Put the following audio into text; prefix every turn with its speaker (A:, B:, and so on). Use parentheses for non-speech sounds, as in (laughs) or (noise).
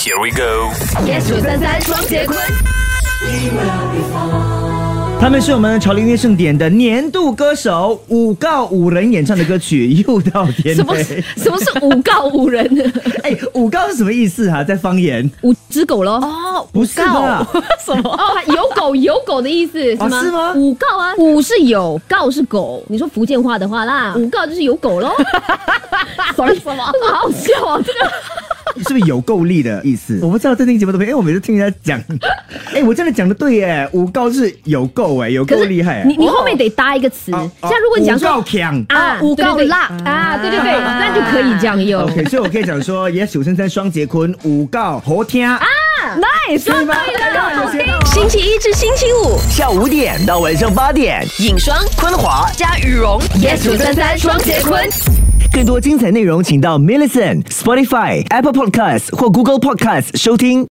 A: Here we go。
B: yes 五三三双节棍。
C: 他们是我们潮流音乐盛典的年度歌手，五告五人演唱的歌曲《又到天
B: 什么
C: 黑》。
B: 什么是五告五人？
C: 哎，五告是什么意思啊？在方言
B: (laughs) 五只狗咯？哦，
C: 不是吧？
B: (laughs) 什么？哦，有狗有狗的意思是吗？
C: 哦是吗
B: 五告啊，五是有，告是狗。你说福建话的话
C: 啊
B: 啦，五告就是有狗咯。sorry，什么？这个好笑啊，这个。
C: 是不是有够力的意思？我不知道在听节目的朋友，因为我每次听人家讲， (laughs) 哎，我真的讲的对耶，五告是有够哎，有
B: 可
C: 够
B: 是
C: 厉害哎。
B: 你你后面得搭一个词，
C: 哦哦
B: 像如果你讲说
C: 五告强
B: 啊，
D: 五告
B: 对对对
D: 辣
B: 啊，对对对，那就可以这样用。
C: OK，所以我可以讲说，也九三三双节坤五告好听啊，
B: nice，
C: 是吗？有学到哦
D: 星期一至星期五，
E: 下午五点到晚上八点
D: 影霜、
E: 昆华。
D: 加羽绒
B: ，yes 五三三双节棍。
E: 更多精彩内容，请到 Millison、Spotify、Apple Podcasts 或 Google Podcasts 收听。